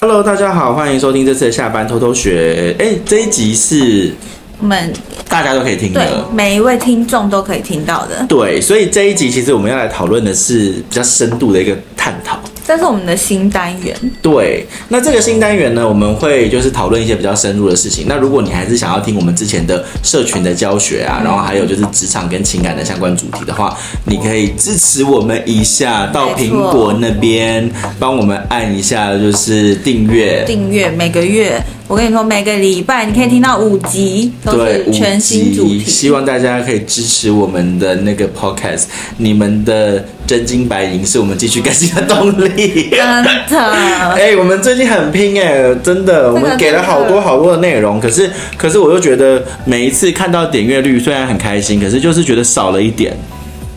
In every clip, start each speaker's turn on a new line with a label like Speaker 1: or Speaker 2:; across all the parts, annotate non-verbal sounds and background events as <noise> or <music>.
Speaker 1: Hello，大家好，欢迎收听这次的下班偷偷学。哎，这一集是
Speaker 2: 我们
Speaker 1: 大家都可以听
Speaker 2: 对
Speaker 1: 的，
Speaker 2: 每一位听众都可以听到的，
Speaker 1: 对，所以这一集其实我们要来讨论的是比较深度的一个探讨。
Speaker 2: 这是我们的新单元。
Speaker 1: 对，那这个新单元呢，我们会就是讨论一些比较深入的事情。那如果你还是想要听我们之前的社群的教学啊，
Speaker 2: 嗯
Speaker 1: 然后还有就是职场跟情感的相关主题的话，你可以支持我们一下，到
Speaker 2: 没
Speaker 1: 苹
Speaker 2: 错
Speaker 1: 果那边帮我们按一下，就是订阅。
Speaker 2: 订阅每个月，我跟你说，每个礼拜你可以听到五集，都
Speaker 1: 对，
Speaker 2: 是
Speaker 1: 五
Speaker 2: 全新主
Speaker 1: 集希
Speaker 2: 题。
Speaker 1: 望大家可以支持我们的那个 podcast，你们的真金白银是我们继续更新的动力。
Speaker 2: 真的，
Speaker 1: <laughs> 哎、我们最近很拼哎、真的，我们给了好多好多的内容，可是可是我又觉得每一次看到点阅率虽然很开心，可是就是觉得少了一点，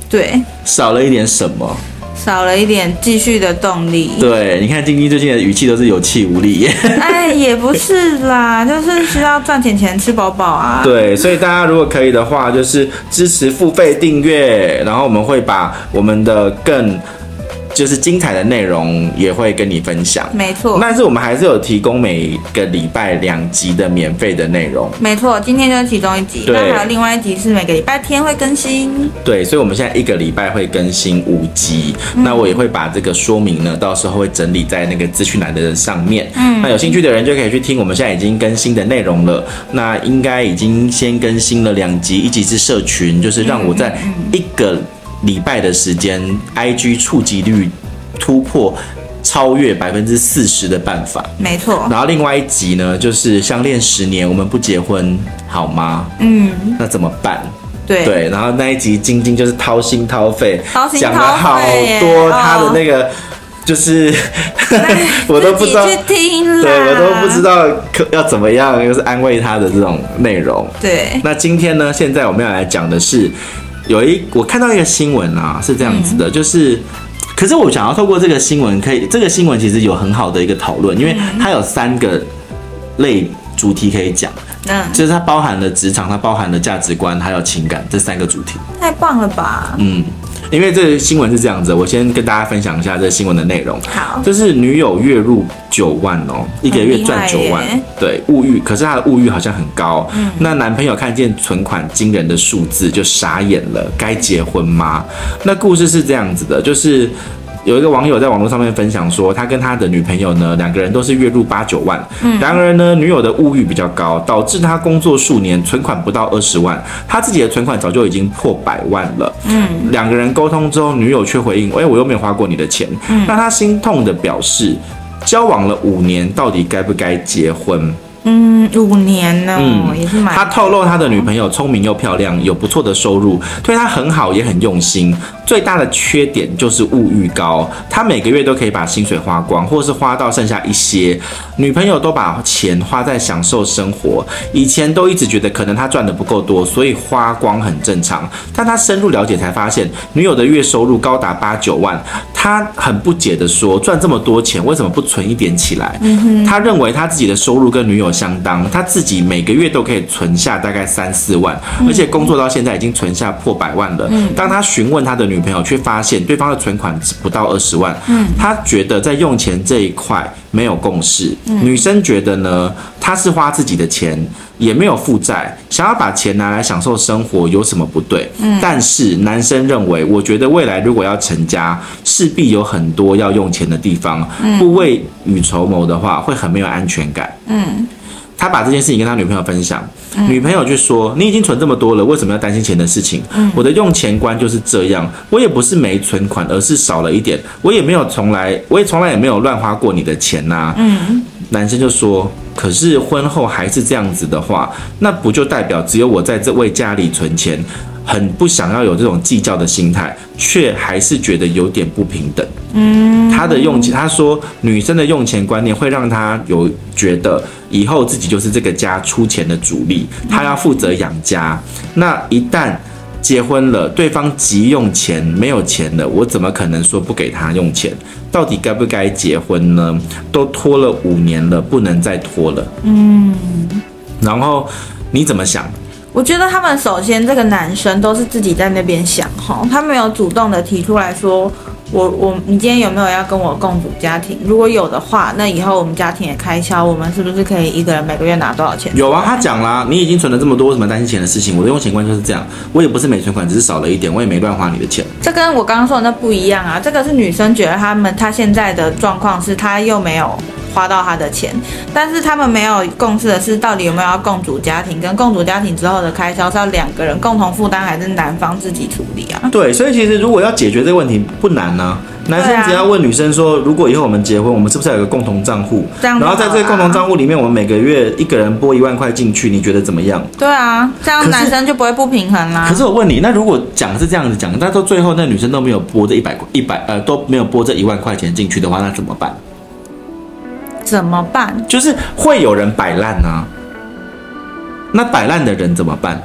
Speaker 2: 对，
Speaker 1: 少了一点什么。
Speaker 2: 少了一点继续的动力。
Speaker 1: 对，你看晶晶最近的语气都是有气无力耶。
Speaker 2: 哎，也不是
Speaker 1: <laughs>
Speaker 2: 啦，就是需要赚钱钱吃饱饱 <laughs> 啊。
Speaker 1: 对，所以大家如果可以的话，就是支持付费订阅，然后我们会把我们的更就是精彩的内容也会跟你分享。
Speaker 2: 没错，
Speaker 1: 但是我们还是有提供每个礼拜两集的免费的内容，
Speaker 2: 没错，今天就是其中一集，
Speaker 1: 对
Speaker 2: 那还有另外一集是每个礼拜天会更新。
Speaker 1: 对，所以我们现在一个礼拜会更新五集，那我也会把这个说明呢，到时候会整理在那个资讯栏的上面，嗯，那有兴趣的人就可以去听我们现在已经更新的内容了。那应该已经先更新了两集，一集是社群，就是让我在一个礼拜的时间，IG 触及率突破超越百分之四十的办法。
Speaker 2: 没错，
Speaker 1: 然后另外一集呢，就是相恋十年，我们不结婚好吗？
Speaker 2: 嗯，
Speaker 1: 那怎么办？
Speaker 2: 对，
Speaker 1: 对，然后那一集晶晶就是掏心掏肺，
Speaker 2: 掏心
Speaker 1: 讲了
Speaker 2: 掏
Speaker 1: 好
Speaker 2: 肺耶
Speaker 1: 多她的
Speaker 2: 哦
Speaker 1: 那个，就是 <laughs> 我都不知道，
Speaker 2: 自己去听啦，
Speaker 1: 对我都不知。道可要怎么样，就是安慰她的这种内容。
Speaker 2: 对，
Speaker 1: 那今天呢，现在我们要来讲的是，有一我看到一个新闻啊，是这样子
Speaker 2: 嗯
Speaker 1: 的，就是。可是我想要透过这个新闻，可以这个新闻其实有很好的一个讨论，因为它有三个类主题可以讲，
Speaker 2: 嗯，
Speaker 1: 就是它包含了职场，它包含了价值观，还有情感这三个主题。
Speaker 2: 太棒了吧？
Speaker 1: 嗯，因为这个新闻是这样子，我先跟大家分享一下这个新闻的内容。
Speaker 2: 好，
Speaker 1: 就是女友月入九万哦，一个月赚九
Speaker 2: 很厉
Speaker 1: 万
Speaker 2: 害耶，嗯
Speaker 1: 对，物欲，可是她的物欲好像很高。那男朋友看见存款惊人的数字就傻眼了，该结婚吗？那故事是这样子的，就是。有一个网友在网络上面分享说，他跟他的女朋友呢，两个人都是月入八九万，
Speaker 2: 嗯
Speaker 1: 然而呢，女友的物欲比较高，导致他工作数年，存款不到二十万，他自己的存款早就已经破百万了。嗯，两个人沟通之后，女友却回应：“哎、我又没有花过你的钱。
Speaker 2: 嗯
Speaker 1: 那他心痛的表示。交往了五年，到底该不该结婚？
Speaker 2: 嗯，五年呢，也是蛮
Speaker 1: 嗯他透露他的女朋友聪明又漂亮，有不错的收入，对他很好，也很用心。最大的缺点就是物欲高，他每个月都可以把薪水花光，或是花到剩下一些。女朋友都把钱花在享受生活，以前都一直觉得可能他赚的不够多，所以花光很正常。但他深入了解才发现，女友的月收入高达八九万，他很不解的说，赚这么多钱为什么不存一点起来？他认为他自己的收入跟女友相当，他自己每个月都可以存下大概三四万，而且工作到现在已经存下破百万了。当他询问他的女朋友，却发现对方的存款只不到二十万。他觉得在用钱这一块没有共识。女生觉得呢，她是花自己的钱，也没有负债，想要把钱拿来享受生活，有什么不对？但是男生认为，我觉得未来如果要成家，势必有很多要用钱的地方，不未雨绸缪的话，会很没有安全感。他把这件事情跟他女朋友分享，女朋友就说：“你已经存这么多了，为什么要担心钱的事情？我的用钱观就是这样，我也不是没存款，而是少了一点，我也没有从来，我也从来也没有乱花过你的钱呐、男生就说：“可是婚后还是这样子的话，那不就代表只有我在这为家里存钱，很不想要有这种计较的心态，却还是觉得有点不平等。”嗯，他的用钱，他说女生的用钱观念会让她有觉得以后自己就是这个家出钱的主力，她要负责养家。那一旦结婚了，对方急用钱，没有钱了，我怎么可能说不给他用钱？到底该不该结婚呢？都拖了五年了，不能再拖了。嗯，然后你怎么想？
Speaker 2: 我觉得他们首先这个男生都是自己在那边想哈，他没有主动的提出来说我我你今天有没有要跟我共组家庭？如果有的话，那以后我们家庭的开销，我们是不是可以一个人每个月拿多少钱？
Speaker 1: 有啊，他讲啦，你已经存了这么多，为什么担心钱的事情？我的用钱观就是这样，我也不是没存款，只是少了一点，我也没乱花你的钱。
Speaker 2: 这跟我刚刚说的那不一样啊，这个是女生觉得她们她现在的状况是她又没有花到她的钱，但是她们没有共识的是到底有没有要共组家庭，跟共组家庭之后的开销是要两个人共同负担，还是男方自己处理啊？
Speaker 1: 对，所以其实如果要解决这个问题不难呢、男
Speaker 2: 对
Speaker 1: 生
Speaker 2: 啊
Speaker 1: 只要问女生说，如果以后我们结婚，我们是不是要有个共同账户？
Speaker 2: 这样
Speaker 1: 然
Speaker 2: 就
Speaker 1: 后在这个
Speaker 2: 好
Speaker 1: 共
Speaker 2: 啦
Speaker 1: 同账户里面，我们每个月一个人拨一万块进去，你觉得怎么样？
Speaker 2: 对啊，
Speaker 1: 可
Speaker 2: 这样
Speaker 1: 是
Speaker 2: 男生就不会不平衡啦、
Speaker 1: 可是我问你，那如果讲是这样子讲，但到最后那女生都没有拨这一百一百呃都没有拨这一万块钱进去的话，那怎么办？
Speaker 2: 怎么办？
Speaker 1: 就是会有人摆烂啊。那摆烂的人怎么办？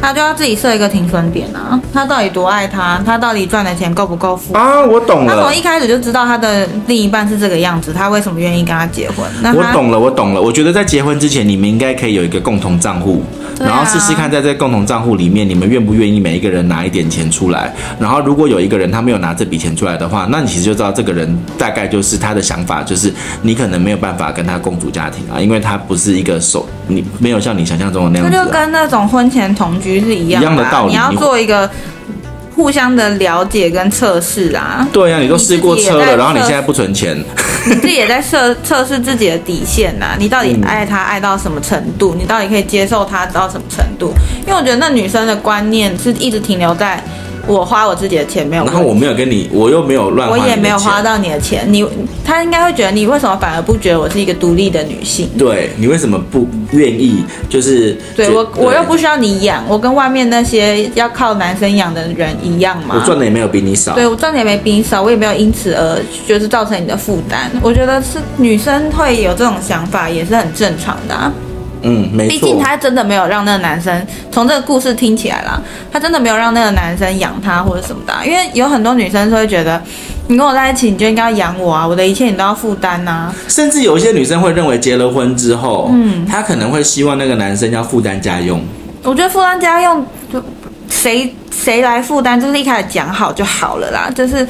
Speaker 2: 他就要自己设一个停损点啊！他到底多爱他？他到底赚的钱够不够付？
Speaker 1: 啊，我懂
Speaker 2: 他
Speaker 1: 了
Speaker 2: 从，一开始就知道他的另一半是这个样子，他为什么愿意跟他结婚？那
Speaker 1: 我
Speaker 2: 他
Speaker 1: 懂了，我懂了。我觉得在结婚之前，你们应该可以有一个共同账户，
Speaker 2: 对啊
Speaker 1: 然后试试看，在这个共同账户里面，你们愿不愿意每一个人拿一点钱出来？然后如果有一个人他没有拿这笔钱出来的话，那你其实就知道这个人大概就是他的想法，就是你可能没有办法跟他共组家庭啊，因为他不是一个手，你没有像你想象中的那样
Speaker 2: 这就
Speaker 1: 子啊、
Speaker 2: 跟那种婚前同居是一样
Speaker 1: 一样的
Speaker 2: 啊
Speaker 1: 道理
Speaker 2: 你要
Speaker 1: 你
Speaker 2: 做一个互相的了解跟测试啊，
Speaker 1: 对啊，你都试过车
Speaker 2: 你自己也
Speaker 1: 了，
Speaker 2: 在
Speaker 1: 然后你
Speaker 2: 测
Speaker 1: 现在不存钱，
Speaker 2: 你自己也在测测试自己的底线呐、你到底爱他爱到什么程度？你到底可以接受他到什么程度？因为我觉得那女生的观念是一直停留在我花我自己的钱没有问
Speaker 1: 然
Speaker 2: 题，
Speaker 1: 后我没有跟你，我又没有乱花
Speaker 2: 我
Speaker 1: 你的
Speaker 2: 也没有花
Speaker 1: 钱。
Speaker 2: 到你的钱，你他应该会觉得你为什么反而不觉得我是一个独立的女性？
Speaker 1: 对你为什么不愿意？就是
Speaker 2: 对
Speaker 1: 觉
Speaker 2: 我，我又
Speaker 1: 对
Speaker 2: 不需要你养，我跟外面那些要靠男生养的人一样嘛。
Speaker 1: 我赚的也没有比你少。
Speaker 2: 对我赚的也没比你少，我也没有因此而就是造成你的负担。我觉得是女生会有这种想法也是很正常的、啊，
Speaker 1: 嗯，没
Speaker 2: 毕竟
Speaker 1: 错。
Speaker 2: 她真的没有让那个男生从这个故事听起来啦，她真的没有让那个男生养她或者什么的啊、因为有很多女生是会觉得你跟我在一起你就应该要养我啊，我的一切你都要负担啊呐、
Speaker 1: 甚至有一些女生会认为结了婚之后，嗯，她可能会希望那个男生要负担家用。
Speaker 2: 我觉得负担家用就谁谁来负担，就是一开始讲好就好了啦。就是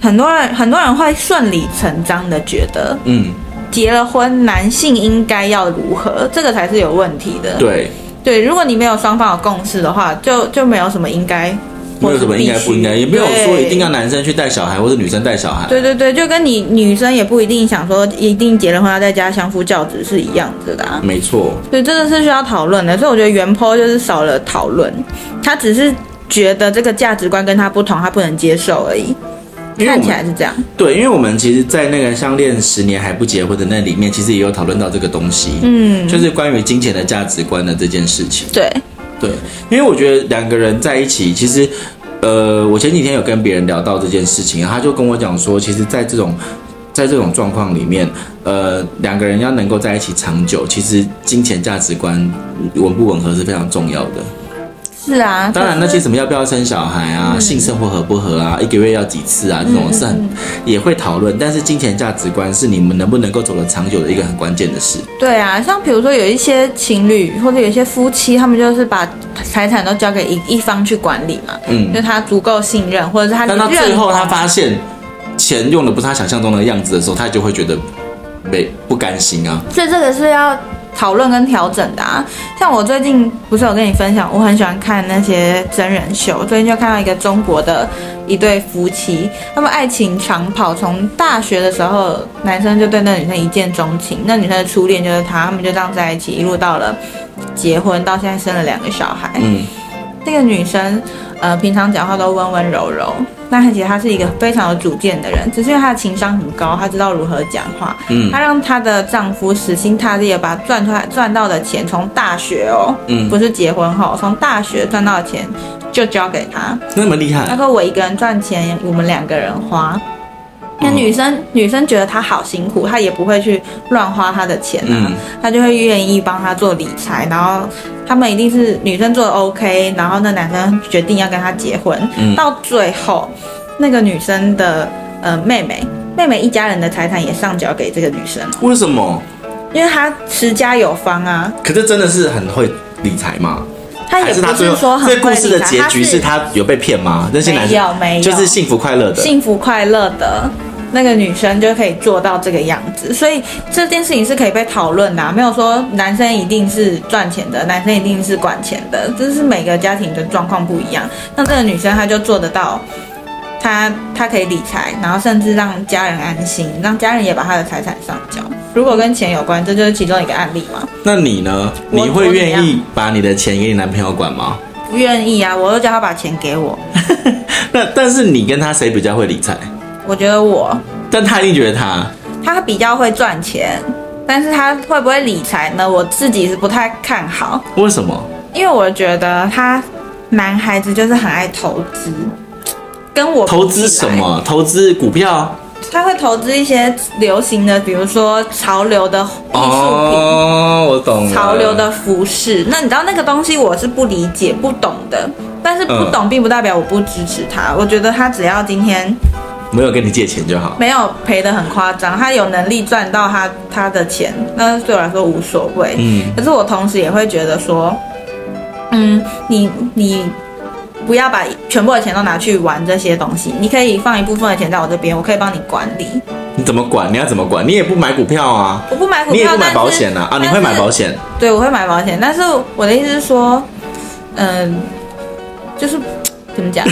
Speaker 2: 很多人很多人会顺理成章的觉得
Speaker 1: 嗯，
Speaker 2: 结了婚，男性应该要如何，这个才是有问题的。
Speaker 1: 对，
Speaker 2: 对如果你没有双方有共识的话，就就没有什么应该，
Speaker 1: 没有什么应该不应该，也没有说一定
Speaker 2: 要。
Speaker 1: 要男生去带小孩或者女生带小孩。
Speaker 2: 对对对，就跟你女生也不一定想说一定结了婚要在家相夫教子是一样子的、啊。
Speaker 1: 没错，
Speaker 2: 对，真的是需要讨论的。所以我觉得原 po 就是少了讨论，他只是觉得这个价值观跟他不同，他不能接受而已。
Speaker 1: 因为我
Speaker 2: 看起
Speaker 1: 们
Speaker 2: 来是这样，
Speaker 1: 对，因为我们其实，在那个相恋十年还不结婚的那里面，其实也有讨论到这个东西，
Speaker 2: 嗯，
Speaker 1: 就是关于金钱的价值观的这件事情。
Speaker 2: 对，
Speaker 1: 对，因为我觉得两个人在一起，其实，呃，我前几天有跟别人聊到这件事情，他就跟我讲说，其实，在这种在这种状况里面，呃，两个人要能够在一起长久，其实金钱价值观吻不吻合是非常重要的。
Speaker 2: 是啊。
Speaker 1: 当然，那
Speaker 2: 可是
Speaker 1: 些什么要不要生小孩啊，性生活合不合啊，一个月要几次啊，这种是很也会讨论。但是金钱价值观是你们能不能够走得长久的一个很关键的事。
Speaker 2: 对啊，像比如说有一些情侣或者有一些夫妻，他们就是把财产都交给一一方去管理嘛，
Speaker 1: 嗯
Speaker 2: 就他足够信任，或者是他
Speaker 1: 但到
Speaker 2: 认
Speaker 1: 最后
Speaker 2: 同
Speaker 1: 他发现钱用的不是他想象中的样子的时候，他就会觉得没不甘心啊。
Speaker 2: 所以这个是要讨论跟调整的啊。像我最近不是有跟你分享，我很喜欢看那些真人秀，我最近就看到一个中国的一对夫妻，他们爱情长跑，从大学的时候，男生就对那女生一见钟情，那女生的初恋就是他，他们就这样在一起，一路到了结婚，到现在生了两个小孩。
Speaker 1: 嗯，
Speaker 2: 那个女生，呃，平常讲话都温温柔柔，那其实她是一个非常有主见的人，只是因为她的情商很高，她知道如何讲话。
Speaker 1: 嗯
Speaker 2: 她让她的丈夫死心塌地的把赚出来赚到的钱，从大学哦，
Speaker 1: 嗯
Speaker 2: 不是结婚后，从大学赚到的钱就交给她。
Speaker 1: 那么厉
Speaker 2: 她
Speaker 1: 害，
Speaker 2: 说我一个人赚钱，我们两个人花。那
Speaker 1: 嗯
Speaker 2: 女生、女生觉得她好辛苦，她也不会去乱花她的钱啊。
Speaker 1: 嗯，
Speaker 2: 他就会愿意帮他做理财，然后他们一定是女生做的 OK，然后那男生决定要跟她结婚，
Speaker 1: 嗯
Speaker 2: 到最后那个女生的呃妹妹。妹妹一家人的财产也上交给这个女生，
Speaker 1: 为什么？
Speaker 2: 因为她持家有方啊，
Speaker 1: 可是真的是很会理财嘛？
Speaker 2: 他也
Speaker 1: 还是
Speaker 2: 不
Speaker 1: 他最
Speaker 2: 是
Speaker 1: 后
Speaker 2: 说很
Speaker 1: 这故
Speaker 2: 会
Speaker 1: 事
Speaker 2: 理
Speaker 1: 的
Speaker 2: 财
Speaker 1: 结
Speaker 2: 他
Speaker 1: 局
Speaker 2: 是
Speaker 1: 是他有被骗吗？那些男
Speaker 2: 没有
Speaker 1: 生
Speaker 2: 没有
Speaker 1: 就是幸福快乐的，
Speaker 2: 幸福快乐的那个女生就可以做到这个样子，所以这件事情是可以被讨论的、啊，没有说男生一定是赚钱的，男生一定是管钱的，这是每个家庭的状况不一样。那这个女生她就做得到，她她可以理财，然后甚至让家人安心，让家人也把她的财产上交。如果跟钱有关，这就是其中一个案例嘛。
Speaker 1: 那你呢？
Speaker 2: 我
Speaker 1: 你会
Speaker 2: 我怎
Speaker 1: 愿
Speaker 2: 样
Speaker 1: 意把你的钱给你男朋友管吗？
Speaker 2: 不愿意啊，我又叫她把钱给我，
Speaker 1: 那但是你跟他谁比较会理财？
Speaker 2: 我觉得我
Speaker 1: 但他一定觉得他
Speaker 2: 他比较会赚钱，但是他会不会理财呢？我自己是不太看好，
Speaker 1: 为什么？
Speaker 2: 因为我觉得他男孩子就是很爱投资，跟我
Speaker 1: 投
Speaker 2: 比起
Speaker 1: 资
Speaker 2: 来
Speaker 1: 什？么？投资股票？
Speaker 2: 他会投资一些流行的，比如说潮流的艺术品。
Speaker 1: 哦，我懂了。
Speaker 2: 潮流的服饰，那你知道那个东西我是不理解、不懂的，但是不
Speaker 1: 嗯
Speaker 2: 懂并不代表我不支持他。我觉得他只要今天
Speaker 1: 没有跟你借钱就好。
Speaker 2: 没有赔得很夸张，他有能力赚到他他的钱，那对我来说无所谓。
Speaker 1: 嗯，
Speaker 2: 可是我同时也会觉得说，嗯，你你不要把全部的钱都拿去玩这些东西，你可以放一部分的钱在我这边，我可以帮你管理。
Speaker 1: 你怎么管？你要怎么管？你也不买股票啊，
Speaker 2: 我不买股
Speaker 1: 你也
Speaker 2: 票，
Speaker 1: 不
Speaker 2: 但
Speaker 1: 买
Speaker 2: 是
Speaker 1: 保险啊？啊，你会买保？险？
Speaker 2: 但是对，我会买保险，但是我的意思是说，嗯、就是怎么讲，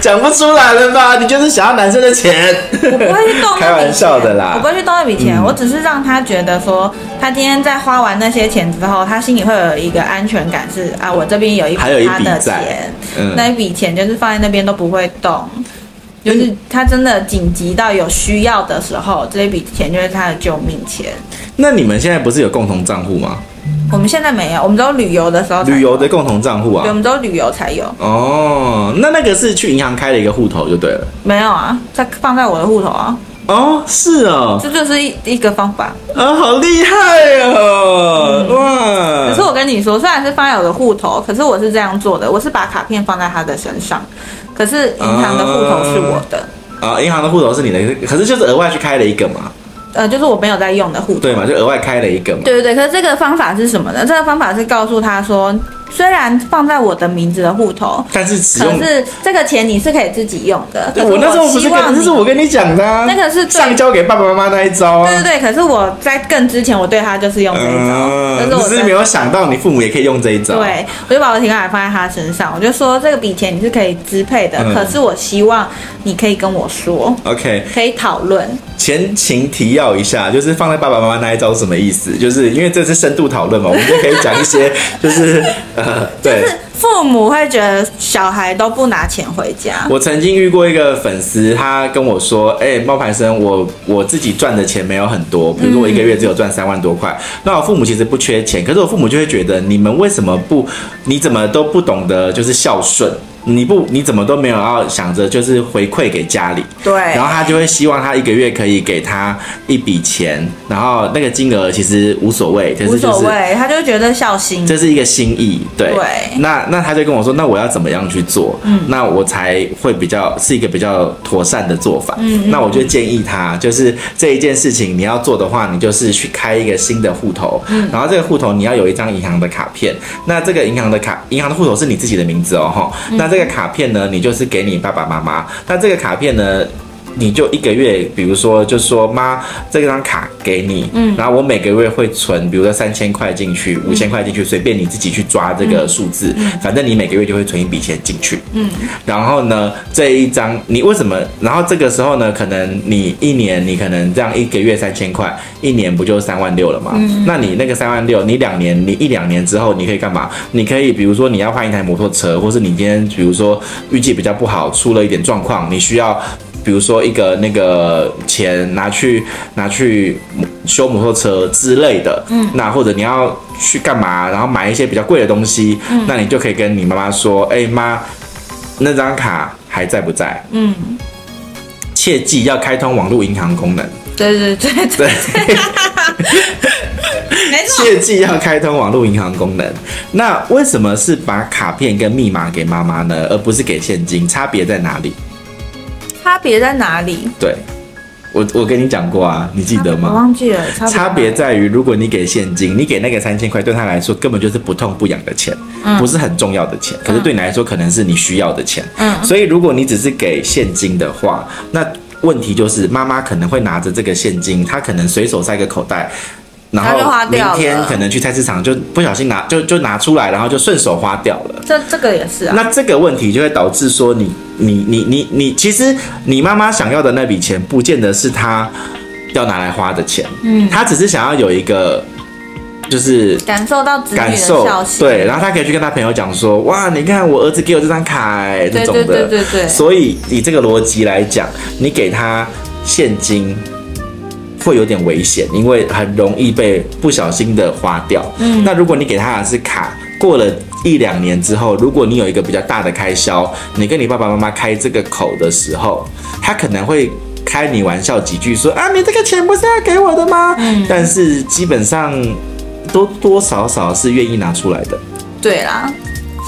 Speaker 1: 讲不出来了吧？你就是想要男生的钱。
Speaker 2: <laughs> 我不会去动那笔钱
Speaker 1: 开玩笑的啦嗯
Speaker 2: 我不会去动那笔钱，我只是让他觉得说，他今天在花完那些钱之后，他心里会有一个安全感是，啊，我这边有一笔
Speaker 1: 还有一
Speaker 2: 他
Speaker 1: 笔
Speaker 2: 的
Speaker 1: 在
Speaker 2: 钱，
Speaker 1: 嗯，
Speaker 2: 那一笔钱就是放在那边都不会动，
Speaker 1: 嗯
Speaker 2: 就是他真的紧急到有需要的时候，这一笔钱就是他的救命钱。
Speaker 1: 那你们现在不是有共同账户吗？
Speaker 2: 我们现在没有，我们只有旅游的时候才有
Speaker 1: 旅游的，共同账户
Speaker 2: 对，我
Speaker 1: 啊。
Speaker 2: 们只有旅游才有，
Speaker 1: 哦，那那个是去银行开了一个户头就对了。
Speaker 2: 没有啊，在放在我的户头啊，
Speaker 1: 哦，是哦，
Speaker 2: 这就是一一个方法。
Speaker 1: 啊，好厉害哦！
Speaker 2: 嗯可
Speaker 1: 哇，
Speaker 2: 是我跟你说，虽然是放在我的户头，可是我是这样做的，我是把卡片放在他的身上，可是银行的户头是我的，
Speaker 1: 啊，银行的户头是你的，可是就是额外去开了一个嘛，
Speaker 2: 呃，就是我没有在用的户头。
Speaker 1: 对嘛，就额外开了一个嘛。
Speaker 2: 对对对，可是这个方法是什么呢？这个方法是告诉他说，虽然放在我的名字的户头，
Speaker 1: 但是使用
Speaker 2: 可，是这个钱你是可以自己用
Speaker 1: <laughs>
Speaker 2: 的。
Speaker 1: 对
Speaker 2: 可
Speaker 1: 我那时候不是
Speaker 2: 希
Speaker 1: 跟，
Speaker 2: 望你
Speaker 1: 那是我跟你讲的、啊，
Speaker 2: 那个是对
Speaker 1: 上交给爸爸妈妈那一招
Speaker 2: 对对
Speaker 1: 啊。
Speaker 2: 对，可是我在更之前，我对他就是用这一招，
Speaker 1: 嗯，
Speaker 2: 但是
Speaker 1: 你
Speaker 2: 我
Speaker 1: 只是
Speaker 2: 在
Speaker 1: 没有想到你父母也可以用这一招。，
Speaker 2: 对，我就把我的情感放在他身上，我就说这个笔钱你是可以支配的，
Speaker 1: 嗯
Speaker 2: 可是我希望你可以跟我说，
Speaker 1: OK，
Speaker 2: 可以讨论。
Speaker 1: 前情提要一下，就是放在爸爸妈妈那一招是什么意思？就是因为这是深度讨论嘛，我们就可以讲一些，就是呃，对，
Speaker 2: 就是父母会觉得小孩都不拿钱回
Speaker 1: <laughs>
Speaker 2: 家，
Speaker 1: 我曾经遇过一个粉丝，他跟我说：“哎、冒牌生，我我自己赚的钱没有很多，比如说我一个月只有赚三万多块。那我父母其实不缺钱，可是我父母就会觉得，你们为什么不？你怎么都不懂得就是孝顺？你不你怎么都没有要想着就是回馈给家里？
Speaker 2: 对
Speaker 1: 然后他就会希望他一个月可以给他一笔钱，然后那个金额其实无所谓，但
Speaker 2: 无
Speaker 1: 是就
Speaker 2: 所
Speaker 1: 是
Speaker 2: 谓，他就觉得孝心。
Speaker 1: 这是一个心意，嗯对。
Speaker 2: 对
Speaker 1: 那那他就跟我说，那我要怎么样去做？嗯，那我才会比较是一个比较妥善的做法。嗯那我就建议他，就是这一件事情你要做的话，你就是去开一个新的户头，嗯，然后这个户头你要有一张银行的卡片，那这个银行的卡，银行的户头是你自己的名字哦，哈、那这个卡片呢，你就是给你爸爸妈妈，那这个卡片呢，你就一个月，比如说就说妈，这张卡给你，嗯，然后我每个月会存，比如说三千块进去，五千块进去，随便你自己去抓这个数字，反正你每个月就会存一笔钱进去，嗯，然后呢，这一张你为什么？然后这个时候呢，可能你一年你可能这样一个月三千块，一年不就三万六了吗？那你那个三万六，你两年，你一两年之后你可以干嘛？你可以比如说你要换一台摩托车，或是你今天比如说预计比较不好，出了一点状况，你需要。比如说一个那个钱拿去拿去修摩托车之类的，嗯，那或者你要去干嘛，然后买一些比较贵的东西，嗯，那你就可以跟你妈妈说，哎、妈，那张卡还在不在？嗯，切记要开通网络银行功能，
Speaker 2: 对对对对
Speaker 1: 对，
Speaker 2: <laughs> 没错。
Speaker 1: 切记要开通网络银行功能。那为什么是把卡片跟密码给妈妈呢，而不是给现金？差别在哪里？
Speaker 2: 差别在哪里？
Speaker 1: 对，我我跟你讲过啊，你记得
Speaker 2: 我
Speaker 1: 吗？
Speaker 2: 忘记了，差
Speaker 1: 差别在于，如果你给现金，你给那个三千块，对他来说根本就是不痛不痒的钱，不是很重要的钱。可是对你来说，可能是你需要的钱。
Speaker 2: 嗯
Speaker 1: 所以如果你只是给现金的话，那问题就是妈妈可能会拿着这个现金，她可能随手塞个口袋。然
Speaker 2: 她就花
Speaker 1: 后明
Speaker 2: 掉了
Speaker 1: 天可能去菜市场就不小心拿就就拿出来，然后就顺手花掉了。
Speaker 2: 这这个也是啊，
Speaker 1: 那这个问题就会导致说你，你你你你其实你妈妈想要的那笔钱，不见得是她要拿来花的钱，嗯，她只是想要有一个就是
Speaker 2: 感受到子女
Speaker 1: 感
Speaker 2: 的
Speaker 1: 受
Speaker 2: 孝，心，
Speaker 1: 对，然后她可以去跟她朋友讲说，哇，你看我儿子给我这张卡、欸，这
Speaker 2: 对
Speaker 1: 种
Speaker 2: 对
Speaker 1: 的，
Speaker 2: 对对对，
Speaker 1: 所以以这个逻辑来讲，你给他现金会有点危险，因为很容易被不小心的花掉。嗯，那如果你给他的是卡，过了一两年之后，如果你有一个比较大的开销，你跟你爸爸妈妈开这个口的时候，他可能会。开你玩笑几句说啊，你这个钱不是要给我的吗？嗯、但是基本上多多少少是愿意拿出来的。
Speaker 2: 对啦，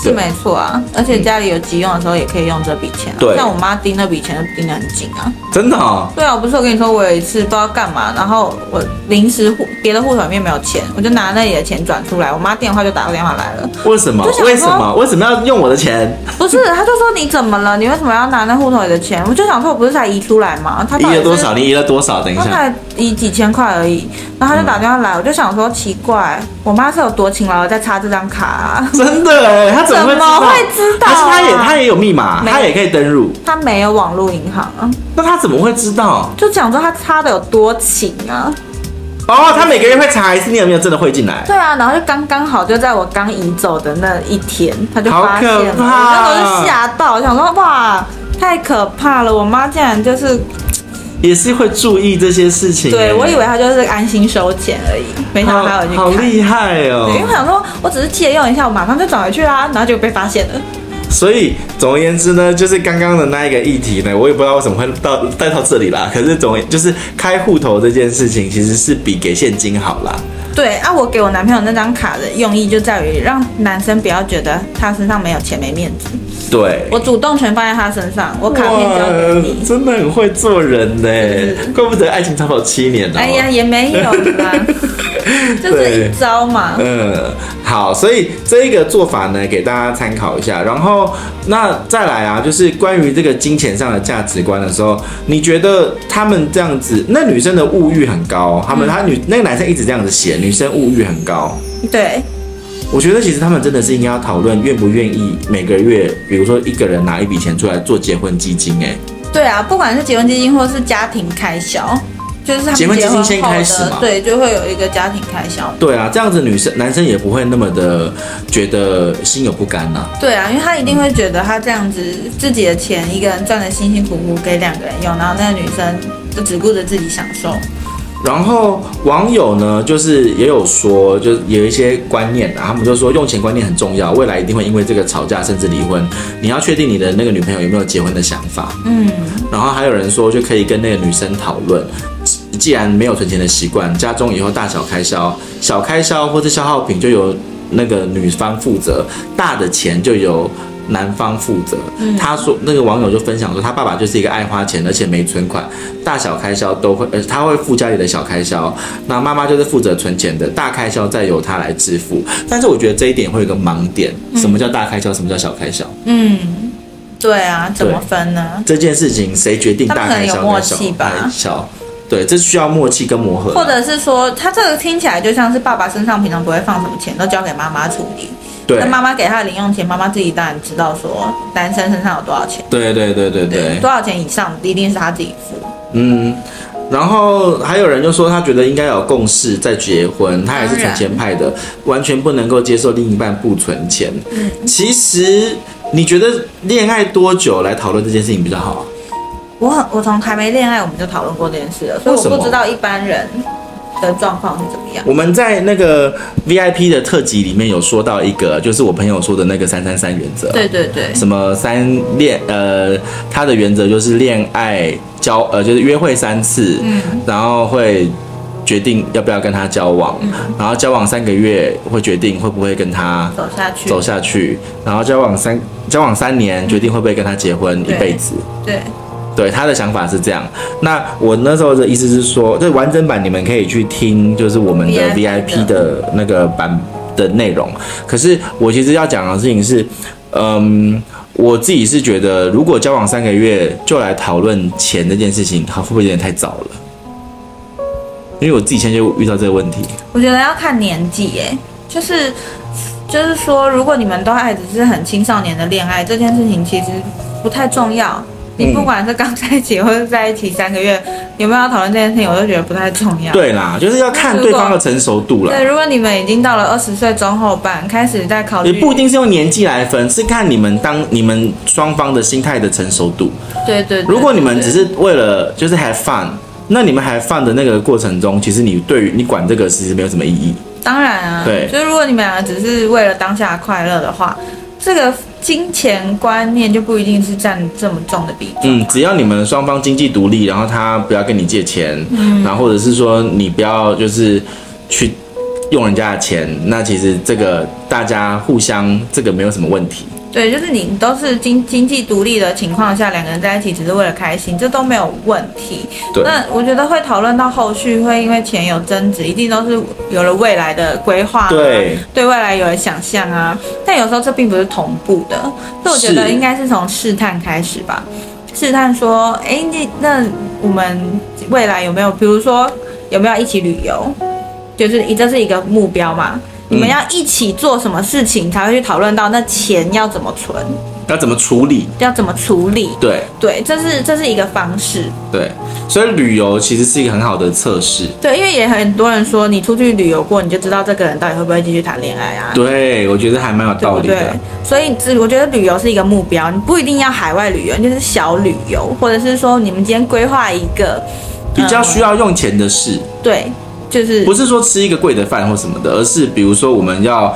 Speaker 2: 是
Speaker 1: 对嗯
Speaker 2: 没错啊。而且家里有急用的时候也可以用这笔钱、啊。
Speaker 1: 对
Speaker 2: 像我妈盯那笔钱就盯得很紧啊。
Speaker 1: 真的哦，
Speaker 2: 对啊，我不是我跟你说，我有一次不知道干嘛，然后我临时户别的户头里面没有钱，我就拿那里的钱转出来，我妈电话就打过电话来了。
Speaker 1: 为什么
Speaker 2: 就想？说
Speaker 1: 为什么？为什么要用我的钱？
Speaker 2: 不是，她就说你怎么了？你为什么要拿那户头里的钱？我就想说，我不是才移出来吗？她
Speaker 1: 移
Speaker 2: 到底
Speaker 1: 了
Speaker 2: 是
Speaker 1: 多少？你移了多少？等一
Speaker 2: 他
Speaker 1: 下，
Speaker 2: 才以几千块而已，然后他就打电话来，我就想说奇怪，我妈是有多勤劳地在插这张卡、啊，
Speaker 1: 真的哎，他怎么会
Speaker 2: 怎么会知道啊
Speaker 1: 还是他也他也有密码，
Speaker 2: 没有
Speaker 1: 他也可以登入，
Speaker 2: 她没有网络银行啊，
Speaker 1: 那他怎么会知道？
Speaker 2: 就讲说她插的有多勤啊，
Speaker 1: 哦，他每个月会查一次你有没有真的汇进来。
Speaker 2: 对啊，然后就刚刚好就在我刚移走的那一天，她就
Speaker 1: 好
Speaker 2: 发现了，
Speaker 1: 可
Speaker 2: 我
Speaker 1: 怕
Speaker 2: 那时候就吓到，想说哇。太可怕了！我妈竟然就是，
Speaker 1: 也是会注意这些事情哎。
Speaker 2: 对我以为她就是安心收钱而已，没想到她有去
Speaker 1: 好好
Speaker 2: 看。
Speaker 1: 厉害
Speaker 2: 对，因为
Speaker 1: 哦
Speaker 2: 我！想说，我只是借用一下，我马上就转回去啊啦，然后就被发现了。
Speaker 1: 所以总而言之呢，就是刚刚的那一个议题呢，我也不知道为什么会到带到这里啦。可是总就是开户头这件事情，其实是比给现金好啦。
Speaker 2: 对啊，我给我男朋友那张卡的用意就在于让男生不要觉得他身上没有钱没面子，
Speaker 1: 对，
Speaker 2: 我主动权放在他身上，我卡片交给
Speaker 1: 哇
Speaker 2: 你。
Speaker 1: 真的很会做人呢，怪不得爱情长跑七年哦呢。
Speaker 2: 哎呀，也没有
Speaker 1: <laughs>
Speaker 2: 啦，就是一招嘛。
Speaker 1: 嗯，好，所以这个做法呢，给大家参考一下。然后，那再来啊，就是关于这个金钱上的价值观的时候，你觉得他们这样子，那女生的物欲很高，他们他女那个男生一直这样子写，女生物欲很高。
Speaker 2: 对，
Speaker 1: 我觉得其实他们真的是应该要讨论愿不愿意每个月，比如说一个人拿一笔钱出来做结婚基金、欸，
Speaker 2: 对啊，不管是结婚基金或是家庭开销，就是他们
Speaker 1: 结婚基金
Speaker 2: 后
Speaker 1: 先开始嘛
Speaker 2: 的，对，就会有一个家庭开销。
Speaker 1: 对啊，这样子女生男生也不会那么的觉得心有不甘呐、
Speaker 2: 对啊，因为他一定会觉得他这样子自己的钱一个人赚的辛辛苦苦给两个人用，然后那个女生就只顾着自己享受。
Speaker 1: 然后网友呢，就是也有说，就是有一些观念啊，他们就说用钱观念很重要，未来一定会因为这个吵架甚至离婚。你要确定你的那个女朋友有没有结婚的想法。
Speaker 2: 嗯，
Speaker 1: 然后还有人说，就可以跟那个女生讨论，既既然没有存钱的习惯，家中以后大小开销，小开销或者消耗品就由那个女方负责，大的钱就由。男方负责，
Speaker 2: 嗯
Speaker 1: 他说那个网友就分享说，他爸爸就是一个爱花钱，而且没存款，大小开销都会，呃，他会付家里的小开销，那妈妈就是负责存钱的，大开销再由他来支付。但是我觉得这一点会有一个盲点，什么叫大开销，什么叫小开销？
Speaker 2: 嗯，对啊，怎么
Speaker 1: 对
Speaker 2: 分呢？
Speaker 1: 这件事情谁决定大开
Speaker 2: 他们可能有
Speaker 1: 销
Speaker 2: 默
Speaker 1: 跟哎小
Speaker 2: 契吧
Speaker 1: 开销？对，这需要默契跟磨合。
Speaker 2: 或者是说，他这个听起来就像是爸爸身上平常不会放什么钱，都交给妈妈处理。
Speaker 1: 对
Speaker 2: 那妈妈给他的零用钱，妈妈自己当然知道说男生身上有多少钱，
Speaker 1: 对对对对对，
Speaker 2: 多少钱以上一定是他自己付。
Speaker 1: 嗯。然后还有人就说，他觉得应该有共识再结婚，他也是
Speaker 2: 当然
Speaker 1: 存钱派的，完全不能够接受另一半不存钱。
Speaker 2: 嗯
Speaker 1: 其实你觉得恋爱多久来讨论这件事情比较好啊？
Speaker 2: 我很，我从还没恋爱我们就讨论过这件事了，所以
Speaker 1: 为什么
Speaker 2: 我不知道一般人的状况是怎么样。
Speaker 1: 我们在那个 VIP 的特辑里面有说到一个，就是我朋友说的那个三三三原则。
Speaker 2: 对对对，
Speaker 1: 什么三恋呃，他的原则就是恋爱交呃，就是约会三次，然后会决定要不要跟他交往，然后交往三个月会决定会不会跟他
Speaker 2: 走下去，
Speaker 1: 走下去，然后交往三交往三年决定会不会跟他结婚一
Speaker 2: 对
Speaker 1: 辈子。
Speaker 2: 对，
Speaker 1: 对他的想法是这样。那我那时候的意思是说，这完整版你们可以去听，就是我们的
Speaker 2: VIP
Speaker 1: VIP 的那个版的内容。可是我其实要讲的事情是，嗯，我自己是觉得，如果交往三个月就来讨论钱这件事情，好，会不会有点太早了？因为我自己现在就遇到这个问题。
Speaker 2: 我觉得要看年纪，耶，就是就是说，如果你们都还只是很青少年的恋爱，这件事情其实不太重要。你不管是刚在一起或者在一起三个月，有没有要讨论这件事情，我都觉得不太重要。
Speaker 1: 对啦，就是要看对方的成熟度啦。
Speaker 2: 对，如果你们已经到了二十岁中后半，开始在考虑，
Speaker 1: 也不一定是用年纪来分，是看你们当你们双方的心态的成熟度。
Speaker 2: 对对对
Speaker 1: 如果你们
Speaker 2: 对
Speaker 1: 只是为了就是 have fun，那你们 have fun 的那个过程中，其实你对于你管这个其实没有什么意义。
Speaker 2: 当然啊，
Speaker 1: 对
Speaker 2: 就是如果你们两个只是为了当下的快乐的话，这个金钱观念就不一定是占这么重的比重。
Speaker 1: 嗯，只要你们双方经济独立，然后他不要跟你借钱，
Speaker 2: 嗯
Speaker 1: 然后或者是说你不要就是去用人家的钱，那其实这个大家互相这个没有什么问题。
Speaker 2: 对，就是你都是经经济独立的情况下，两个人在一起只是为了开心，这都没有问题。
Speaker 1: 对
Speaker 2: 那我觉得会讨论到后续会因为钱有争执，一定都是有了未来的规划、啊，
Speaker 1: 对，
Speaker 2: 对未来有了想象啊。但有时候这并不是同步的，所以我觉得
Speaker 1: 是
Speaker 2: 应该是从试探开始吧。试探说，哎，你那我们未来有没有，比如说有没有一起旅游？就是一这是一个目标嘛。
Speaker 1: 嗯
Speaker 2: 你们要一起做什么事情才会去讨论到那钱要怎么存，
Speaker 1: 要怎么处理？
Speaker 2: 要怎么处理？
Speaker 1: 对
Speaker 2: 对，这是这是一个方式。
Speaker 1: 对，所以旅游其实是一个很好的测试。
Speaker 2: 对，因为也很多人说你出去旅游过，你就知道这个人到底会不会继续谈恋爱啊，
Speaker 1: 对，我觉得还蛮有
Speaker 2: 对
Speaker 1: 道
Speaker 2: 不
Speaker 1: 理的。
Speaker 2: 对？嗯所以这我觉得旅游是一个目标，你不一定要海外旅游，你就是小旅游，或者是说你们今天规划一个
Speaker 1: 比较需要用钱的事，
Speaker 2: 对，就是
Speaker 1: 不是说吃一个贵的饭或什么的，而是比如说我们要，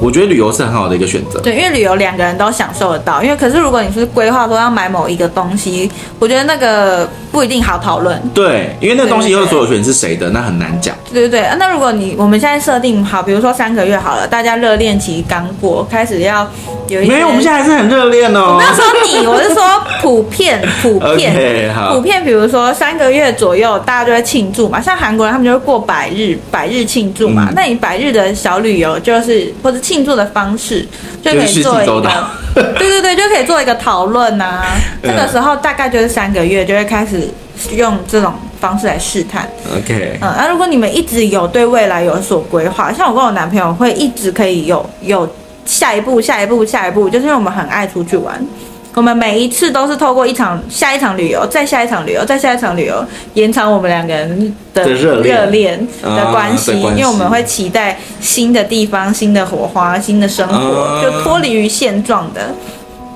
Speaker 1: 我觉得旅游是很好的一个选择。
Speaker 2: 对，因为旅游两个人都享受得到。因为可是如果你是规划说要买某一个东西，我觉得那个不一定好讨论。
Speaker 1: 对，因为那个东西以后
Speaker 2: 对对对
Speaker 1: 所有权是谁的，那很难讲。
Speaker 2: 对对对，啊那如果你我们现在设定好，比如说三个月好了，大家热恋期刚过，开始要有一些
Speaker 1: 没有，我们现在还是很热恋哦
Speaker 2: 我没。有说你，我是说普遍普遍
Speaker 1: <laughs> OK，好
Speaker 2: 普遍，比如说三个月左右，大家就会庆祝嘛。像韩国人他们就会过百日，百日庆祝嘛。
Speaker 1: 嗯
Speaker 2: 那你百日的小旅游，就是或者庆祝的方式，就可
Speaker 1: 就是
Speaker 2: 以
Speaker 1: 去
Speaker 2: 做一
Speaker 1: 济州
Speaker 2: 个
Speaker 1: 岛，
Speaker 2: <laughs> 对对对，就可以做一个讨论呐。
Speaker 1: 嗯
Speaker 2: 这个时候大概就是三个月，就会开始用这种方式来试探。
Speaker 1: OK，
Speaker 2: 嗯，那、如果你们一直有对未来有所规划，像我跟我男朋友会一直可以有有下一步、下一步、下一步，就是因为我们很爱出去玩。我们每一次都是透过一场下一场旅游，再下一场旅游，再下一场旅游，延长我们两个人的
Speaker 1: 的热恋
Speaker 2: 恋的关系，
Speaker 1: 啊的关
Speaker 2: 因
Speaker 1: 系
Speaker 2: 为我们会期待新的地方、新的火花、新的生活，
Speaker 1: 啊
Speaker 2: 就脱离于现状的。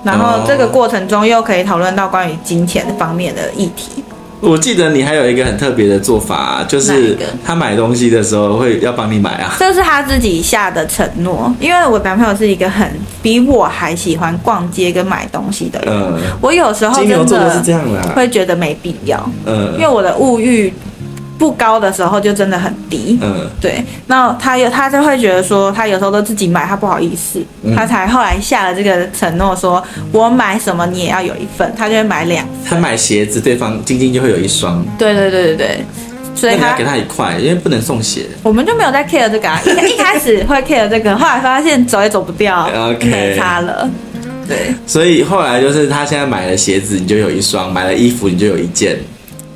Speaker 2: 然后这个
Speaker 1: 哦
Speaker 2: 过程中又可以讨论到关于金钱方面的议题。
Speaker 1: 我记得你还有一个很特别的做法，啊就
Speaker 2: 哪一
Speaker 1: 是
Speaker 2: 个
Speaker 1: 他买东西的时候会要帮你买啊。
Speaker 2: 这是他自己下的承诺，因为我男朋友是一个很比我还喜欢逛街跟买东西的人。
Speaker 1: 嗯，
Speaker 2: 我有时候
Speaker 1: 金牛
Speaker 2: 哦真
Speaker 1: 座都是这
Speaker 2: 的
Speaker 1: 样啦。
Speaker 2: 会觉得没必要，因为
Speaker 1: 嗯
Speaker 2: 我的物欲不高的时候就真的很低。
Speaker 1: 嗯，
Speaker 2: 对，那他有他就会觉得说，他有时候都自己买，他不好意思，
Speaker 1: 嗯
Speaker 2: 他才后来下了这个承诺说，我买什么你也要有一份，他就会买两。
Speaker 1: 他买鞋子，对方晶晶就会有一双，
Speaker 2: 对对对对对，所
Speaker 1: 那
Speaker 2: 以
Speaker 1: 你
Speaker 2: 他
Speaker 1: 要给他一块，因为不能送鞋。
Speaker 2: 我们就没有在 care 这个、啊，一一开始会 care 这个，后来发现走也走
Speaker 1: <laughs>
Speaker 2: 不掉
Speaker 1: OK
Speaker 2: 没差了。对
Speaker 1: 所以后来就是他现在买了鞋子，你就有一双；买了衣服，你就有一件。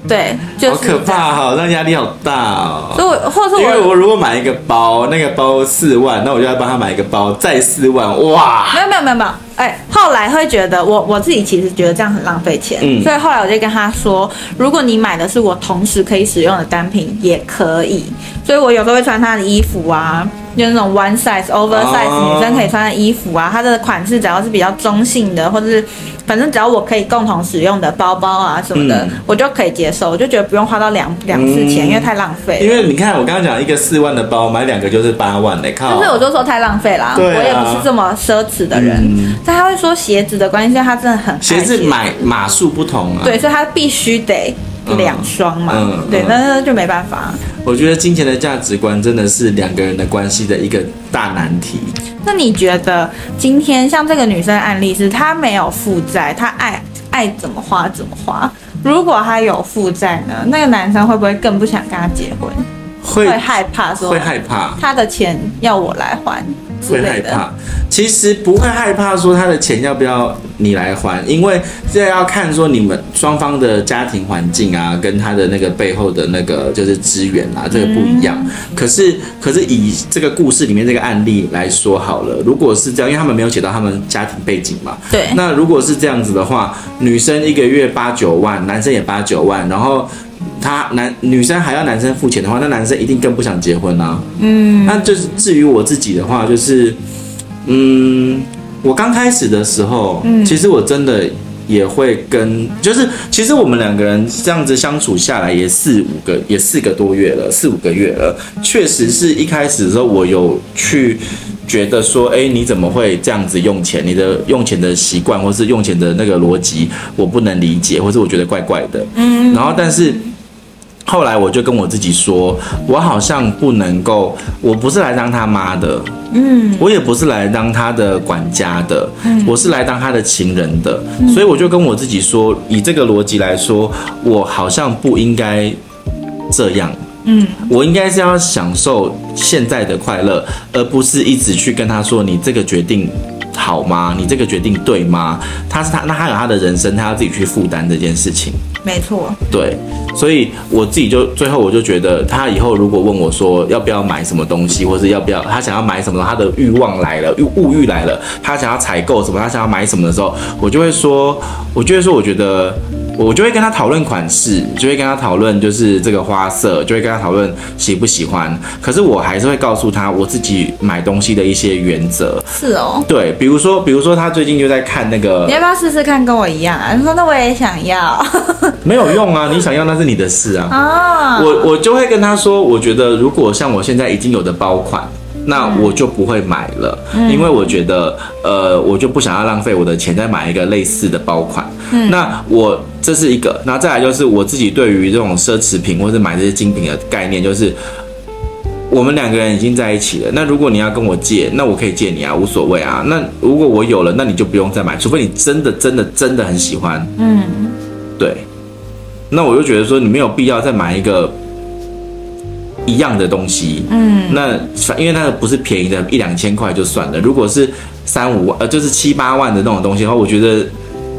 Speaker 2: 对，就是
Speaker 1: 嗯好可怕哈、哦，那压力好大哦。
Speaker 2: 所以我或者
Speaker 1: 因
Speaker 2: 是
Speaker 1: 为
Speaker 2: 我
Speaker 1: 我如果买一个包，那个包四万，那我就要帮他买一个包，再四万，哇！
Speaker 2: 没有没有没有没有，哎、后来会觉得我我自己其实觉得这样很浪费钱，
Speaker 1: 嗯
Speaker 2: 所以后来我就跟他说，如果你买的是我同时可以使用的单品也可以，所以我有时候会穿他的衣服啊，就是那种 one size oversize、
Speaker 1: 哦
Speaker 2: 女生可以穿的衣服啊，它的款式只要是比较中性的，或者是反正只要我可以共同使用的包包啊什么的，
Speaker 1: 嗯
Speaker 2: 我就可以接受，我就觉得不用花到两两次钱，
Speaker 1: 嗯
Speaker 2: 因为太浪费了。
Speaker 1: 因为你看，我刚刚讲一个四万的包，买两个就是八万嘞，靠！
Speaker 2: 就是我就说太浪费啦、我
Speaker 1: 哦对啊
Speaker 2: 也不是这么奢侈的人。
Speaker 1: 嗯
Speaker 2: 但他会说鞋子的关系，因为他真的很爱
Speaker 1: 鞋子买码数不同啊。
Speaker 2: 对，，所以他必须得两双嘛。
Speaker 1: 嗯嗯
Speaker 2: 对
Speaker 1: 嗯，
Speaker 2: 那那就没办法。
Speaker 1: 我觉得金钱的价值观真的是两个人的关系的一个大难题。
Speaker 2: 那你觉得今天像这个女生的案例是，她没有负债，她爱爱怎么花怎么花，如果他有负债呢，那个男生会不会更不想跟他结婚？
Speaker 1: 会
Speaker 2: 会害怕说
Speaker 1: 会害怕，
Speaker 2: 他的钱要我来还之
Speaker 1: 会害
Speaker 2: 类的。
Speaker 1: 怕。其实不会害怕说他的钱要不要你来还，因为这要看说你们双方的家庭环境啊，跟他的那个背后的那个就是资源啊，这个不一样。
Speaker 2: 嗯
Speaker 1: 可是可是以这个故事里面这个案例来说好了，如果是这样，因为他们没有写到他们家庭背景嘛，
Speaker 2: 对，
Speaker 1: 那如果是这样子的话，女生一个月八九万，男生也八九万，然后他男女生还要男生付钱的话，那男生一定更不想结婚啊。嗯，那就是至于我自己的话，就是嗯，我刚开始的时候，其实我真的。也会跟，就是其实我们两个人这样子相处下来也四五个，也四个多月了，四五个月了。确实是一开始的时候，我有去觉得说，哎，你怎么会这样子用钱？你的用钱的习惯或是用钱的那个逻辑，我不能理解，或是我觉得怪怪的。嗯，然后但是。后来我就跟我自己说，我好像不能够，我不是来当他妈的，嗯，我也不是来当他的管家的，我是来当他的情人的，所以我就跟我自己说，以这个逻辑来说，我好像不应该这样，我应该是要享受现在的快乐，而不是一直去跟他说你这个决定好吗？你这个决定对吗？他是他，那他有他的人生，他要自己去负担这件事情。
Speaker 2: 没错，
Speaker 1: 对，所以我自己就最后我就觉得，他以后如果问我说要不要买什么东西，或是要不要他想要买什么，他的欲望来了，欲物欲来了，他想要采购什么，他想要买什么的时候，我就会说，我就会说，我觉得。我就会跟他讨论款式，就会跟他讨论就是这个花色，就会跟他讨论喜不喜欢。可是我还是会告诉他我自己买东西的一些原则。
Speaker 2: 是哦。
Speaker 1: 对，比如说，比如说他最近就在看那个
Speaker 2: 你要不要试试看跟我一样
Speaker 1: 嗯
Speaker 2: 啊？你说那我也
Speaker 1: <laughs>
Speaker 2: 想要
Speaker 1: 没有用啊，你想要那是你的事啊。
Speaker 2: 啊，
Speaker 1: 我我就会跟他说，我觉得如果像我现在已经有的包款，那我就不会买了，因为我觉得呃，我就不想要浪费我的钱再买一个类似的包款。那我这是一个，那再来就是我自己对于这种奢侈品或者买这些精品的概念，就是我们两个人已经在一起了，那如果你要跟我借，那我可以借你啊，无所谓啊。那如果我有了，那你就不用再买，除非你真的真的真的很喜欢。嗯，对。那我就觉得说，你没有必要再买一个一样的东西。嗯，那反因为那个不是便宜的，一两千块就算了。如果是三五万，呃，就是七八万的那种东西的话，我觉得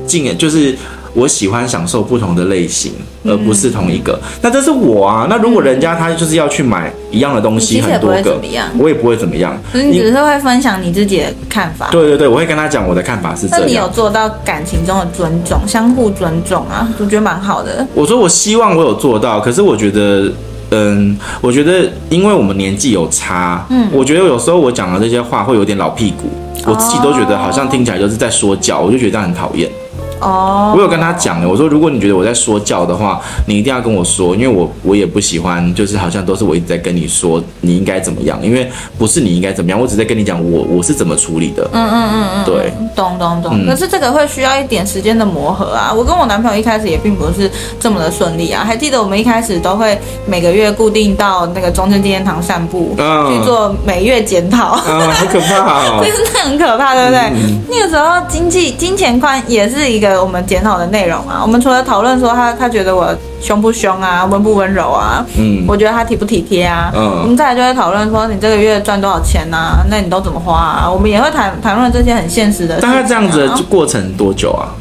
Speaker 1: 进就是。我喜欢享受不同的类型，而不是同一个。
Speaker 2: 嗯
Speaker 1: 那这是我啊。那如果人家他就是要去买一样的东西，
Speaker 2: 你其实也
Speaker 1: 很
Speaker 2: 不
Speaker 1: 多
Speaker 2: 会
Speaker 1: 个
Speaker 2: 怎么样，
Speaker 1: 我也不会怎么样。
Speaker 2: 可是你只是会分享你自己的看法。
Speaker 1: 对对对，我会跟他讲我的看法是
Speaker 2: 那
Speaker 1: 这
Speaker 2: 你有
Speaker 1: 样。
Speaker 2: 做到感情中的尊重，相互尊重啊，我觉得蛮好的。
Speaker 1: 我说我希望我有做到，可是我觉得，嗯，我觉得因为我们年纪有差，嗯，我觉得有时候我讲的这些话会有点老屁股，我自己都觉得好像听起来就是在说教，我就觉得这样很讨厌。
Speaker 2: 哦，
Speaker 1: 我有跟他讲欸的，我说如果你觉得我在说教的话，你一定要跟我说，因为我我也不喜欢，就是好像都是我一直在跟你说你应该怎么样，因为不是你应该怎么样，我只是在跟你讲我我是怎么处理的。嗯嗯嗯嗯，对。
Speaker 2: 懂懂
Speaker 1: 嗯
Speaker 2: 懂。可是这个会需要一点时间的磨合啊。我跟我男朋友一开始也并不是这么的顺利啊。还记得我们一开始都会每个月固定到那个中正纪念堂散步，
Speaker 1: 嗯
Speaker 2: 去做每月检讨。
Speaker 1: 啊，好可怕 <laughs> 哦！嗯
Speaker 2: 真的很可怕，对不对？那个时候经济金钱观也是一个我们检讨的内容啊。我们除了讨论说他他觉得我凶不凶啊，温不温柔啊，
Speaker 1: 嗯
Speaker 2: 我觉得他体不体贴啊，
Speaker 1: 嗯
Speaker 2: 我们再来就会讨论说你这个月赚多少钱啊，那你都怎么花啊？我们也会谈谈论这些很现实的事情、
Speaker 1: 大
Speaker 2: 啊。
Speaker 1: 概这样子的过程多久啊？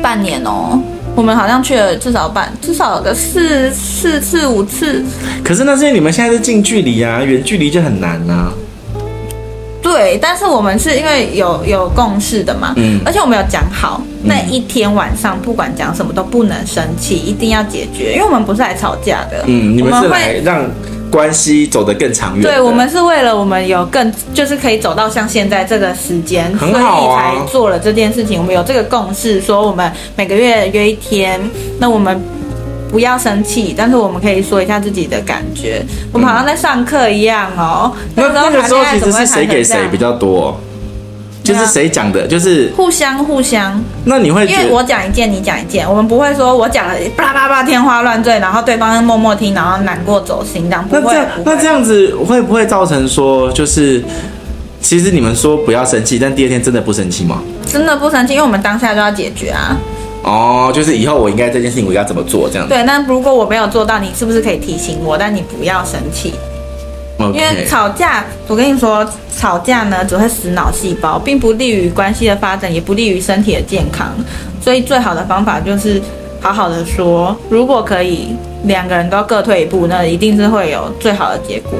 Speaker 2: 半年哦。我们好像去了至少半，至少有个四四次五次，
Speaker 1: 可是那是因为你们现在是近距离啊，远距离就很难啊。
Speaker 2: 对，但是我们是因为有有共识的嘛，
Speaker 1: 嗯
Speaker 2: 而且我们有讲好，那一天晚上不管讲什么都不能生气，一定要解决，因为我们不是来吵架的，
Speaker 1: 嗯，你们
Speaker 2: 我
Speaker 1: 是
Speaker 2: 们
Speaker 1: 来
Speaker 2: 会。
Speaker 1: 让关系走得更长远的。
Speaker 2: 对，我们是为了我们有更就是可以走到像现在这个时间，
Speaker 1: 很好啊
Speaker 2: 所以才做了这件事情。我们有这个共识，说我们每个月约一天，那我们不要生气，但是我们可以说一下自己的感觉。我们好像在上课一样哦。
Speaker 1: 那那个时候
Speaker 2: 谈恋爱
Speaker 1: 其
Speaker 2: 怎
Speaker 1: 实
Speaker 2: 么会
Speaker 1: 是谁
Speaker 2: 谈成
Speaker 1: 给
Speaker 2: 这样
Speaker 1: 谁比较多？就
Speaker 2: 对啊
Speaker 1: 是谁讲的，就是
Speaker 2: 互相互相，
Speaker 1: 那你会觉
Speaker 2: 因为
Speaker 1: 得
Speaker 2: 我讲一件，你讲一件，我们不会说我讲了叭叭叭天花乱坠，然后对方默默听，然后难过走心，这样不
Speaker 1: 那这
Speaker 2: 会
Speaker 1: 样，
Speaker 2: 不
Speaker 1: 那这
Speaker 2: 会。
Speaker 1: 样子会不会造成说就是？其实你们说不要生气，但第二天真的不生气吗？
Speaker 2: 真的不生气，因为我们当下就要解决啊。
Speaker 1: 哦，就是以后我应该这件事情我应该怎么做这样子。
Speaker 2: 对，那如果我没有做到，你是不是可以提醒我？但你不要生气，因为
Speaker 1: OK，
Speaker 2: 吵架，我跟你说，吵架呢只会死脑细胞，并不利于关系的发展，也不利于身体的健康。所以最好的方法就是好好的说，如果可以，两个人都各退一步，那一定是会有最好的结果。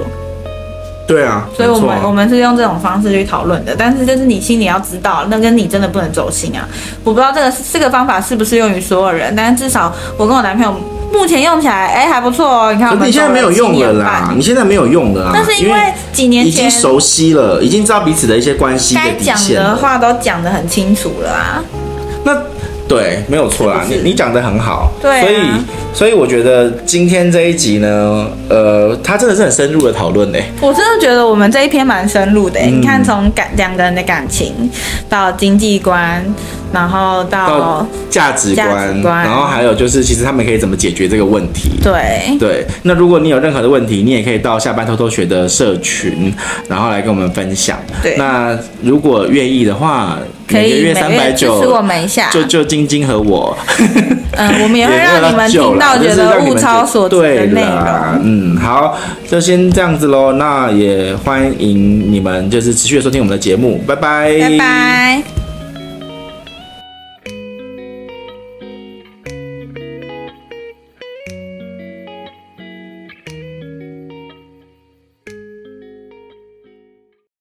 Speaker 1: 对啊，
Speaker 2: 所以我
Speaker 1: 没错
Speaker 2: 们
Speaker 1: 啊
Speaker 2: 我们是用这种方式去讨论的，但是就是你心里要知道，那跟你真的不能走心啊。我不知道这个这个方法适不适用于所有人，但是至少我跟我男朋友目前用起来，哎、还不错哦。你看我
Speaker 1: 可是
Speaker 2: 们
Speaker 1: 你现在没有用了
Speaker 2: 了
Speaker 1: 啦，，你现在没有用了啦，
Speaker 2: 但是因
Speaker 1: 因
Speaker 2: 为几年
Speaker 1: 已经
Speaker 2: 前
Speaker 1: 熟悉了，已经知道彼此的一些关系
Speaker 2: 该
Speaker 1: 底
Speaker 2: 讲
Speaker 1: 线
Speaker 2: 的
Speaker 1: 了。
Speaker 2: 话都讲得很清楚了啊。
Speaker 1: 那对，没有错啦，
Speaker 2: 是不
Speaker 1: 你
Speaker 2: 是
Speaker 1: 你讲的很好，
Speaker 2: 对啊
Speaker 1: 所以所以我觉得今天这一集呢，呃，它真的是很深入的讨论呢。
Speaker 2: 我真的觉得我们这一篇蛮深入的、欸你看从感两个人的感情到经济观，然后
Speaker 1: 到价值观，
Speaker 2: 哦价值观
Speaker 1: 然后还有就是，其实他们可以怎么解决这个问题？
Speaker 2: 对。
Speaker 1: 对，那如果你有任何的问题，你也可以到下班偷偷学的社群，然后来跟我们分享。
Speaker 2: 对
Speaker 1: 那如果愿意的话，
Speaker 2: 可
Speaker 1: 每个
Speaker 2: 以
Speaker 1: 月
Speaker 2: 每
Speaker 1: 三
Speaker 2: 个
Speaker 1: 百
Speaker 2: 月支持我
Speaker 1: 九，
Speaker 2: 们一啊下，
Speaker 1: 就就晶晶和我，
Speaker 2: 嗯，我们也会让你们听到觉得物超所值的内
Speaker 1: 对啦
Speaker 2: 容。
Speaker 1: 嗯，好，就先这样子喽。那也欢迎你们就是持续的收听我们的节目，拜拜，
Speaker 2: 拜拜。